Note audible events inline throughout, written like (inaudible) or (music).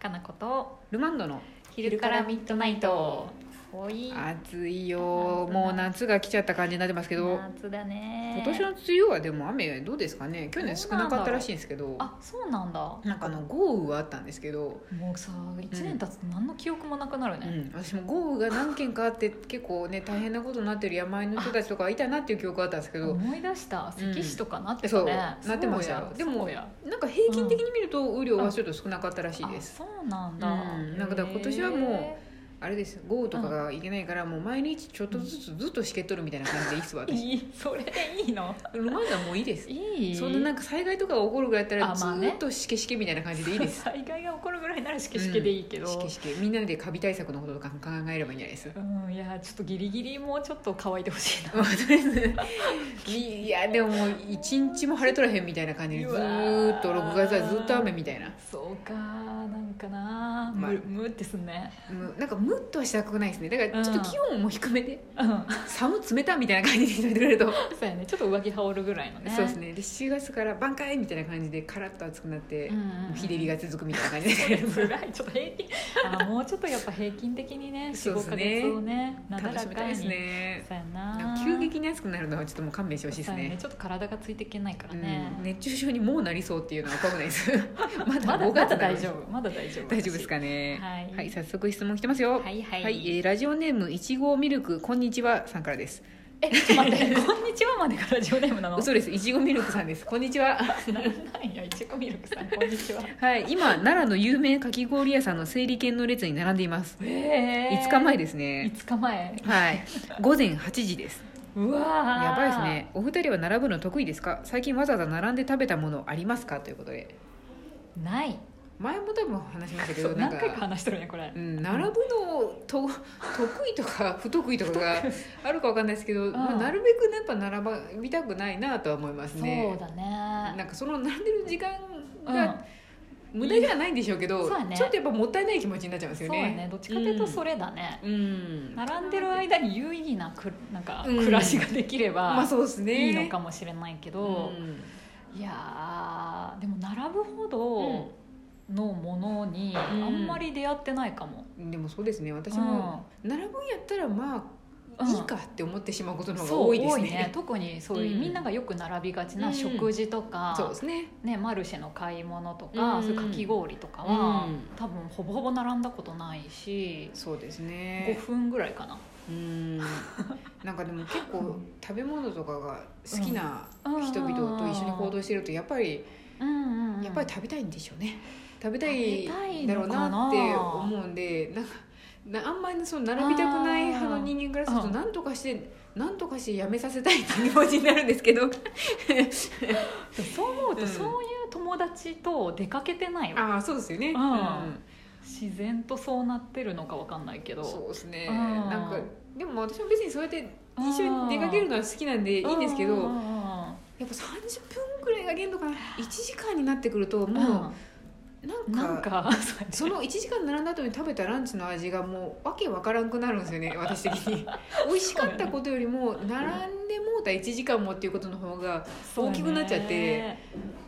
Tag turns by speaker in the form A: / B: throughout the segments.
A: かなこと
B: ルマンドの
A: 昼からミッドナイトおい
B: 暑いよもう夏が来ちゃった感じになってますけど
A: 夏だね
B: 今年の梅雨はでも雨どうですかね去年少なかったらしいんですけど
A: あそうなんだも
B: なんかあの豪雨はあったんですけど、
A: うさ1年経つと何の記憶もなくなる
B: う
A: ね、
B: ん、私も豪雨が何件かあって結構ね大変なことになってる山あいの人たちとかいたなっていう記憶があったんですけど
A: 思い出した
B: うん
A: 関市とかなって
B: そ
A: た
B: う
A: ね、
B: なってました
A: そうや
B: でも
A: そうや
B: なんか平均的に見ると雨量はちょっと少なかったらしいです
A: あそうなんだ、
B: うんなんかだから今年はもうあれです豪雨とかがいけないから、もう毎日ちょっとずつずっとしけっとるみたいな感じでいいっすわ
A: へー
B: 私
A: いいそれでいいの
B: ルマンドはもういいです
A: いい
B: そんななんか災害とかが起こるぐらいだったら
A: あ
B: ず
A: まあね
B: ーっとしけしけみたいな感じでいいです、
A: 災害が起こるぐらいならしけしけでいいけど、
B: しけしけみんなでカビ対策のこととか考えればいいんじゃな
A: (laughs)
B: いです
A: うん、いやちょっとギリギリもうちょっと乾いてほしいな
B: まあとりあえずいやでももう一日も晴れとらへんみたいな感じでずーっと
A: うわー
B: 6月はずっと雨みたいな
A: そうかなんかな
B: まあ
A: むむってすんね
B: むなんかムッとはしたくないですねだからちょっと気温も低めで
A: うん
B: 寒冷たみたいな感じでしといてくれると、
A: そうやねちょっと上着羽織るぐらいのね
B: そうですねで7月から挽回みたいな感じでカラッと暑くなって、
A: うんうんうん
B: もう日照りが続くみたいな感じ
A: (laughs)
B: で
A: つらいちょっと平均あもうちょっとやっぱ平均的に
B: (laughs)
A: ね
B: そうで
A: 45
B: す
A: か
B: ね
A: 月をねなだ
B: 楽
A: ら
B: しみ
A: か
B: たい
A: に
B: です
A: そう
B: ね
A: や
B: なん
A: な
B: か急激に暑くなるのはちょっともう勘弁してほしいです
A: そうや
B: ね
A: ねちょっと体がついていけないから
B: うん
A: ね、
B: 熱中症にもうなりそうっていうのは怖くないです
A: (laughs)
B: ま
A: まだ
B: だ5
A: ま
B: 月
A: だ
B: なの
A: 大
B: に
A: 丈夫まだ大丈夫
B: 大丈夫ですかね
A: はい
B: 早速質問来てますよ
A: はいはい
B: えーラジオネームいちごミルクこんにちはさんからです
A: えちょっと待ってこんにちはまでからラジオネームなの
B: 嘘ですいちごミルクさんですこんにちは (laughs)
A: なんなんやいちごミルクさんこんにちは
B: はい今奈良の有名かき氷屋さんの整理券の列に並んでいます
A: え
B: 5日前
A: で
B: ですね
A: 5日前
B: はい午前8時です
A: うわー
B: やばいですねお二人は並ぶの得意ですか最近わざわざ並んで食べたものありますかということで
A: ない
B: 前も多分話しましたけ
A: そ
B: ど
A: う
B: なん
A: 何
B: か
A: 回か話してるねこれ
B: うん、並ぶのと (laughs) 得意とか不得意とかがあるかわかんないですけど、まあ、なるべくねやっぱ並びたくないなとは思います
A: そう
B: ね
A: だ
B: な
A: ね
B: んかその並んでる時間
A: うん
B: が無駄ではないんでしょうけど、
A: そうだね
B: ちょっとやっぱもったいない気持ちになっちゃいます
A: そう
B: よ
A: だ
B: ね
A: ねどっちかというとそれだね
B: うん
A: 並んでる間に有意義なくなんか
B: うん
A: 暮らしができれ
B: まあ
A: ば
B: そうですね
A: いいのかもしれないけど
B: うん
A: いやーでも並ぶほ
B: うん
A: どのものにあ
B: うん
A: んまり出会ってないかも
B: でもそうですね私も並ぶんやったらま
A: う
B: あ
A: ん
B: いいかって思ってしまうことの方が
A: そう
B: 多いです
A: 多い
B: ね,、
A: ね特にそういう
B: うん
A: みんながよく並びがち
B: う
A: なん食事と
B: そう
A: か
B: ですね
A: ねマルシェの買い物と
B: う
A: か
B: ん
A: そういうかき氷とかは
B: うん
A: 多分ほぼほぼ並んだことないし
B: そうです
A: 5
B: ね
A: 分ぐらいかな
B: うーんなんかでも結構食べ物とかが好きな
A: うん
B: 人々と一緒に行動してるとやっぱり
A: うんうんうん
B: やっぱり食べたいんでしょうね食べた
A: 食べたい
B: い
A: のか
B: だろ
A: な
B: うなって思うんでなんかなあんまりその並びたくない派の人間からする
A: あ
B: と
A: ー
B: 何とかして何とかしてやめさせたいっていう気持ちになるんですけど
A: でもそう思う
B: う
A: と
B: ん
A: そういう友達と出かけてないわ、
B: ああそうですよね
A: ん自然とそうなってるのかわかんないけど
B: そうですね
A: うん
B: なんかでも私も別にそうやって一緒に出かけるのは好きなんでいいんですけ
A: うんう
B: ど
A: んうん
B: やっぱ30分ぐらいが限度かな1時間になってくると
A: うん
B: も
A: う
B: うんな
A: なんん
B: か
A: か
B: その1時間並んだ後に食べたランチの味がもうわけわからんくなるんです
A: (laughs)
B: よね私的に美味しかったことよりも並んでもうた1時間もっていうことの方が
A: そうね
B: (laughs) 大きくなっちゃって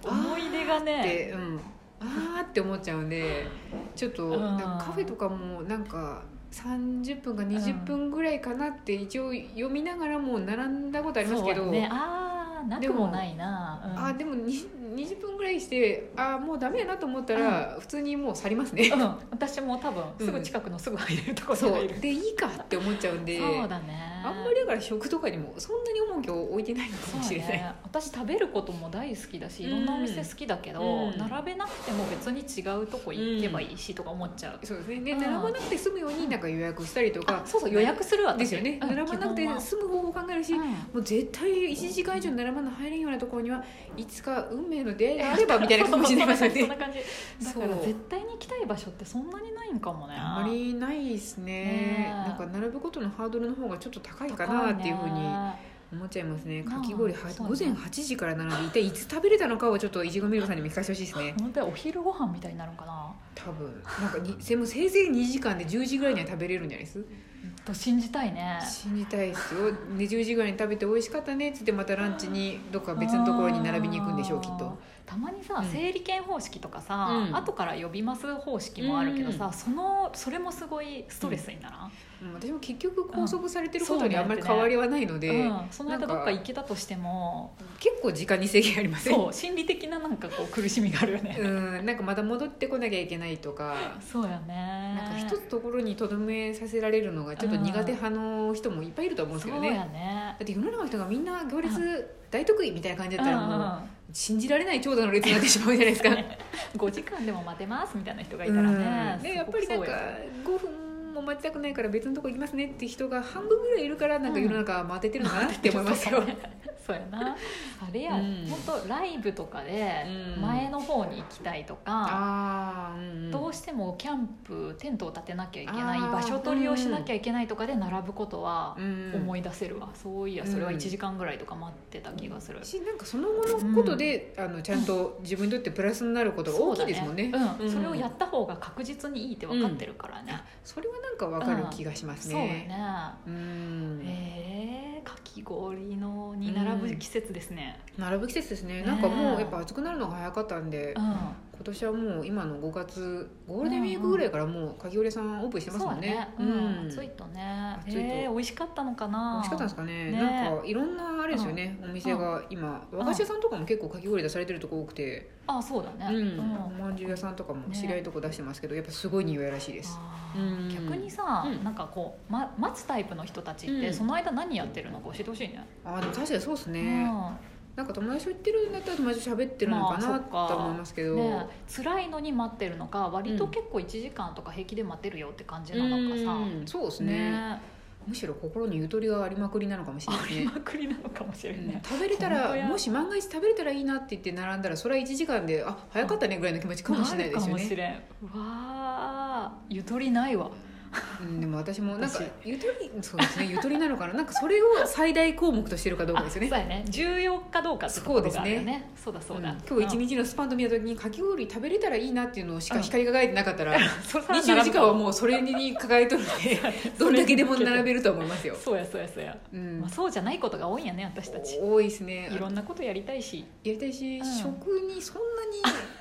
A: 思い出がね
B: でうんあーって思っちゃうんでちょっと
A: うん
B: なんかカフェとかもなんか30分か20分ぐらいかなって一応読みながらもう並んだことありますけど、
A: そうやねあーなくもないなうん
B: あでもに20分ぐらいしてあーもうダメやなと思ったら普通にもう去りますね、
A: うん、私も多分すぐ近くのすぐ入れるところ
B: そ
A: に
B: う
A: いる、
B: でいいかって思っちゃうんで
A: そうだね
B: あんまりだから食とかにもそんなに重きを置いてないのかも
A: そ
B: し
A: う
B: れない。
A: ね、私食べることも大好きだしいろんなお店好きだけど、
B: うん
A: 並べなくても別に違うとこ行けばいいしとか思っちゃう、
B: そうですねで
A: うん
B: 並ばなくて済むようになんか予約したりと
A: あ
B: か
A: そうそう予約するわ私
B: ですよね
A: うん
B: 並ばなくて
A: 基本は
B: 済む方法を考えるし、
A: う
B: も
A: ん
B: う絶対1時間以上並ばな入れんようなところにはいつか運命の出会いがあればみたいな気持ちになります
A: (laughs)
B: よ
A: そんな
B: ね
A: 感じだ
B: そ
A: から
B: う
A: 絶対に行きたい場所ってそんなにないんかもね
B: あんまりないですね
A: ねえ
B: なんか並ぶことのハードルの方がちょっと高い
A: 高
B: かなっていうふうに
A: ね
B: 思っちゃいますね
A: なあ
B: かき氷
A: そ
B: は
A: う
B: 午
A: ね
B: 前8時から並んで一体いつ食べれたのかをちょっといちごみるこさんにも聞かせてほしいですね
A: 本当はお昼ご飯みたいになるんかな
B: 多多分なんかにせもせいぜい2時間で10時ぐらいには食べれるんじゃないです
A: と信じたいね
B: 信じたいですよで10時ぐらいに食べて美味しかったねっつってまたランチにどっか別のところに並びに行くんでしょうきっ
A: あー
B: と
A: たまにさ、
B: うん
A: 整理券方式とかさ、
B: うん
A: 後から呼びます方式もあるけどさ、
B: うん
A: そのそれもすごいストレスにならん、
B: うん私も結局拘束されてることに
A: うん
B: あんまり変わりはないので、
A: うん、その間
B: なんか
A: どっか行けたとしても
B: 結構時間に制限ありません
A: そう心理的ななんかこう苦しみがあるよね、
B: うんなんかまた戻ってこなきゃいけないとか
A: そうやね
B: なんか一つところにとどめさせられるのがちょっと苦手派の人もいっぱいいると思うんです
A: そ
B: け
A: う
B: どね
A: や
B: だ
A: ね
B: って世の中の人がみんな行列大得意みたいな感じだったら
A: うんうん
B: もう信じられない長蛇の列になってしまうじゃないですか。
A: 5時間でも待てますみたいな人がいたらね
B: うん、でやっぱりなんか5分も待ちたくないから別のとこ行きますねって人が半分ぐらいいるからなんか世の中待ててるのかなって思います (laughs) よ。
A: (laughs) そうやなあれや、
B: う
A: ほ
B: ん
A: ん、本当ライブとかで
B: うん
A: 前の方に行きたいとか、
B: あーうんうん
A: どうしてもキャンプテントを立てなきゃいけない場所取り
B: あ
A: を
B: ー
A: しなきゃいけないとかで並ぶことは
B: うん
A: 思い出せるわ、そういやそれは
B: うん
A: 1時間ぐらいとか待ってた気がする、
B: しなんかその後のことで、あのちゃんと自分にとってプラスになることが
A: そ
B: 大
A: う
B: き
A: だ
B: いですもんね。
A: うん
B: うん
A: それをやった方が確実にいいって分かってるからね、
B: それはなんかわかる気がします
A: そうや
B: ね。
A: ね
B: うん
A: えー、かき氷のに並ぶ季節ですね。
B: 並ぶ季節です
A: ね
B: ねなんかもうやっぱ暑くなるのが早かったんで、
A: うん、
B: 今年はもう今の5月ゴールデンウィークぐらいからもうかき氷屋さんオープンしてます
A: そう
B: も
A: だ
B: ん
A: ね
B: ね。。
A: うん、
B: うん
A: 暑いとね。
B: 暑いと
A: えー、美味しかったのかな。
B: 美味しかったんですかね
A: ね
B: なんかいろんなあれですよね、お店が今
A: ん
B: 和菓子屋さんとかも結構かき氷出されてるとこ多くて、
A: あ、そうだ
B: うん
A: ね。
B: おまんじゅう屋さんとかも知り合いとこ出してますけど、やっぱすごい匂いらしいです
A: あ
B: う
A: ー
B: ん
A: 逆にさ、
B: うん
A: なんかこう、ま、待つタイプの人たちって、
B: うん
A: その間何やってるのか教えてほしいね。
B: あーでも確かにそうですね、
A: うん
B: なんか友達と言ってるんだったら友達と喋ってるのか
A: まあ
B: な
A: そっか
B: と思いますけど、
A: ね、辛いのに待ってるのか割と
B: うん
A: 結構1時間とか平気で待てるよって感じ
B: う
A: なのかさ、
B: んそうですねむしろ心にゆとりがありまくりなのかもしれ
A: あ
B: ない
A: り
B: ね
A: まくりなのかもしれない、
B: うん食べれた
A: 本当
B: ら
A: や
B: もし万が一食べれたらいいなって言って並んだらそれは1時間であ早かったねぐらいの気持ちかもしれないですよ
A: るかもし
B: ね、
A: れんうわーゆとりないわ
B: うん、でも私もなんか
A: 私
B: ゆとりそうですねゆとりなのかななんかそれを最大項目としてるかどうかですよね
A: あそうやね重要かどうかってところがあるよ
B: そうで
A: ねそうだそうだ、
B: うん今日一日のスパンと見た時にかき氷食べれたらいいなっていうのしか光が描いてなかったら、
A: 二
B: (laughs) 24時間はもうそれに抱えとる
A: (laughs)
B: んでどんだけでも並べると思いますよ、
A: そうやそうやそうや、
B: うん
A: まあ、そうじゃないことが多いんやね私たち
B: 多いですね
A: いろんなことやりたいし
B: やりたいし、
A: うん
B: 食にそんな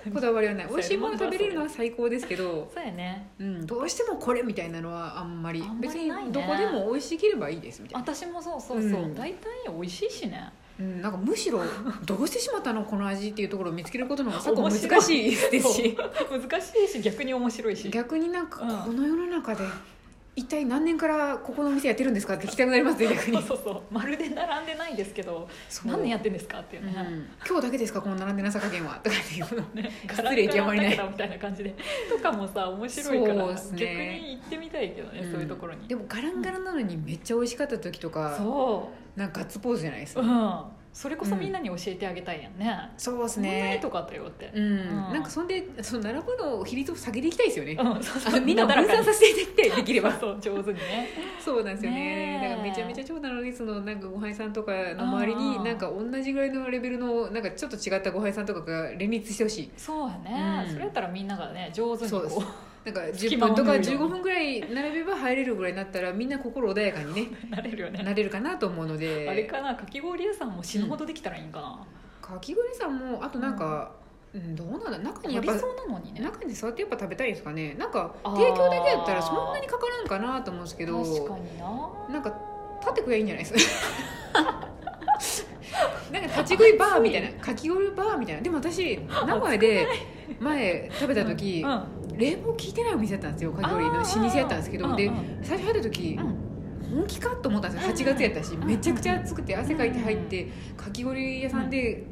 B: にこだわりは
A: (laughs)
B: ない美味しいもの食べれるのは最高ですけど、
A: そうやね
B: うん、どうしてもこれみたいなのはあんまり
A: あんまり
B: 別に
A: ないね
B: どこでも美味しければいいですみたいな、
A: 私もそうそうそう、
B: うん
A: 大体美味しいしね
B: うん、なんかむしろどうしてしまったのこの味っていうところを見つけることの方が昨
A: 面
B: 今
A: 白い
B: 難しいですし
A: そう難しいし逆に面白いし
B: 逆になんか
A: うん
B: この世の中で一体何年からここのお店やってるんですかって聞きたくなりますね逆
A: そう
B: に
A: そうそうまるで並んでないんですけど
B: そう
A: 何年やってんですかっていう
B: う
A: ね、
B: ん、今日だけですかこの並んでなさ
A: (laughs)
B: 加減はとかっていうの
A: ね、
B: 失礼極まりな
A: ガラガラだ
B: い
A: けどみたいな感じでとかもさ面白いから、
B: そうっす
A: 逆
B: ね
A: に行ってみたいけどね、
B: うん
A: そういうところに
B: でもガランガランなのにめっちゃ美味しかった時とか、
A: そ
B: なんかガッツポーズじゃないです
A: う、う
B: か、
A: ん、それこそみんなに教えてあげたいやんね、
B: そうです
A: そんなに
B: ね
A: とかだよって
B: うん、
A: うん
B: なんかそんでその並ぶのを比率を下げていきたいですよね、
A: うん、そう
B: あ
A: そ
B: の
A: う
B: みんな
A: だら
B: 分
A: かに
B: 散させていってできれば
A: そうそう上手にね
B: そうなんですよね
A: ねえ
B: だからめちゃめちゃ長蛇の列のなんかご飯屋さんとかの周り
A: う
B: に
A: ん
B: なんか同じぐらいのレベルのなんかちょっと違ったご飯屋さんとかが連立してほしい
A: そうやね、
B: うん
A: それやったらみんながね上手にこ
B: そう
A: う
B: ですなんか
A: 隙
B: 10
A: 間を
B: 分と
A: 縫
B: か
A: うように
B: 15分ぐらい並べば入れるぐらいになったらみんな心穏やかに
A: (laughs)
B: ね
A: なれるよね
B: なれるかなと思うので
A: あれかなかき氷屋さんも死ぬほどできたらいいんかな、
B: かき氷さんもあとなんか、うん、どうなんだ中にや
A: や
B: っ
A: り
B: ぱ
A: そうなのにね
B: 中に座ってやっぱ食べたいんですかねなんか
A: あー
B: 提供だけだったらそんなにかからんかなと思うんですけど
A: 確かにな
B: なんか立ってくりゃいいんじゃないですか (laughs) なんか立ち食いバーみたいなかき氷バーみたいなでも私名古
A: (laughs)
B: 屋で前食べた時、
A: うん、
B: 冷房効いてないお店だったんですよかき氷の
A: あ
B: 老
A: ー
B: 舗やったんですけど
A: う
B: で
A: ん
B: 最初入った時
A: う、ん
B: 本気かと思ったんですよ8月やったし
A: うん
B: めちゃくちゃ暑くて汗かいて入ってかき氷屋さんで、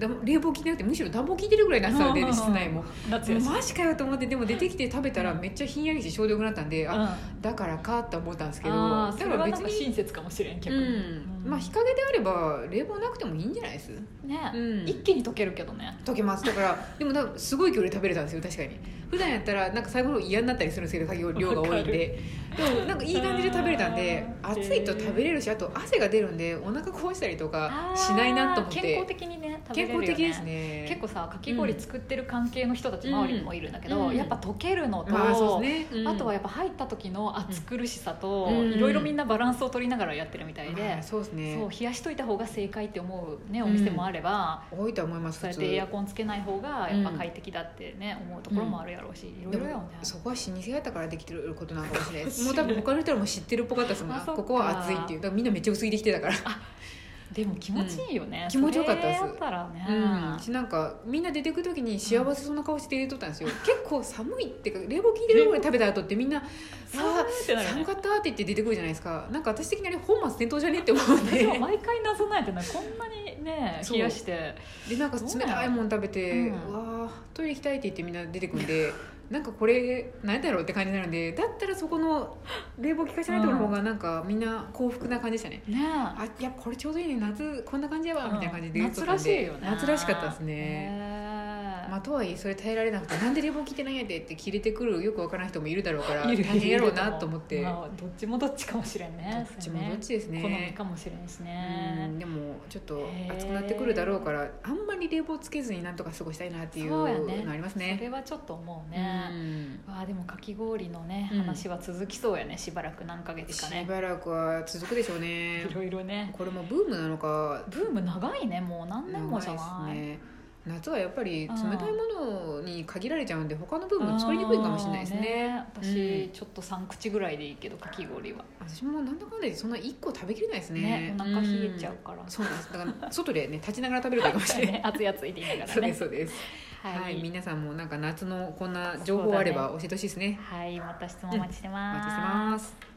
B: だ冷房効いてなくてむしろ暖房効いてるぐらいになってたので、
A: うんうんうん
B: 室内も
A: 夏やし、
B: マジかよと思ってでも出てきて食べたらめっちゃひんやりして消毒くなったんで、
A: う
B: あ
A: ん
B: だからかと思ったんですけど
A: あー
B: だ
A: そ
B: か
A: れ
B: ら
A: はなん
B: 別
A: か
B: に
A: 親切かもしれん逆
B: う
A: に、
B: ん、まあ日陰であれば冷房なくてもいいんじゃないです
A: ね、
B: うん
A: 一気に溶けるけどね
B: 溶けますだからでもなんかすごい距離食べれたんですよ確かに普段やったらなんか最後の方嫌になったりするんですけど作業量が多いんででもなんかいい感じで食べれたんで
A: あー
B: 暑いと食べれるしあと汗が出るんでお腹壊したりとかしないなと思っ
A: あー健康
B: て
A: 的にね食べ
B: 健
A: れるよ
B: 康
A: ね
B: 的ですね
A: 結構さかき氷作ってる関係の人たち
B: うん
A: 周りにもいるんだけど、
B: うん
A: やっぱ溶けるのと、
B: まあ
A: あ
B: そうですね、うん
A: とはやっぱ入った時の暑苦しさと、
B: うん
A: いろいろみんなバランスを取りながらやってるみたいで、
B: まあそうですね
A: そう冷やしといた方が正解って思う、ね、お店もあれば、
B: 多いと思います
A: そうや
B: 普
A: っ
B: 通
A: てエアコンつけない方がやっぱ快適だってね、思うところもあるやろうし、いろいろだよね
B: そこは老舗やったからできてることなのかもしれないです (laughs) もう多分他の人らも知ってるっぽかったですもん
A: あそっか
B: ここは暑いっていうだからみんなめっちゃ薄着できてたから
A: でも気持ちいいよね、
B: ん気持ちよかったです
A: それやったらね、
B: うん、しなんかみんな出てく時に幸せそうな顔して出てとったんですよ、結構寒いっていうか冷房効いてるところで食べた後ってみんな
A: 寒いってなるよ
B: 寒
A: ね
B: かったって言って出てくるじゃないですかなんか私的にあれ本末転倒じゃねって思うん
A: (laughs) 私も
B: で
A: 毎回謎なんやてないこんなにね
B: そう
A: 冷やして
B: でなんか冷たいもん食べて、
A: う
B: うんわートイレ行きたいって言ってみんな出てくるんでなんかこれ何だろうって感じになるんでだったらそこの冷房効かせないところの方がなんかみんな幸福な感じでしたね、
A: ね
B: あいやこれちょうどいいね夏こんな感じやわみたいな感じで出て
A: 夏
B: た
A: ら
B: ん
A: しい
B: で
A: よね
B: 夏らしかったですね
A: ね
B: まあ、とはいえそれ耐えられなくてなんで冷房効いてないんやでって切れてくるよくわからん人もいるだろうから
A: (laughs)
B: 大
A: いる
B: 変やろうなと思って、
A: まあどっちもどっちかもしれんね
B: どっちもどっちです
A: それ
B: ね
A: ね好みかもしれんし
B: う
A: ね
B: んでもちょっと
A: へー
B: 暑くなってくるだろうからあんまり冷房つけずになんとか過ごしたいなっていう
A: そうやね
B: のあります
A: そ
B: ね
A: れはちょっと思う
B: う
A: ね、
B: ん
A: わあでもかき氷のね
B: うん
A: 話は続きそうやねしばらく何ヶ月か
B: し
A: ね
B: ばらくは続くでしょうね
A: (laughs) いろいろね
B: これもブームなのか
A: ブーム長いねもう何年もじゃ
B: 長
A: ないい
B: ですね夏はやっぱり冷
A: うん
B: たいものに限られちゃうんで他のブーム作りにくいかもしれないですね
A: あーね私
B: う
A: ちょっと3口ぐらいでいいけどかき氷は
B: 私もなんだかんだでそんな1個食べきれないですね
A: ねお腹冷えちゃうから
B: そうなんです。だから外でね立ちながら食べるといいかもしれない。
A: ね熱い熱いって言いなが
B: (laughs) そう
A: ら
B: で
A: ね
B: すそうです。はい、
A: はい
B: 皆さんもなんか夏のこんな情報あれば教えてほしいですね。
A: はい、また質問お待ちして
B: お
A: ます。
B: 待ちしてます。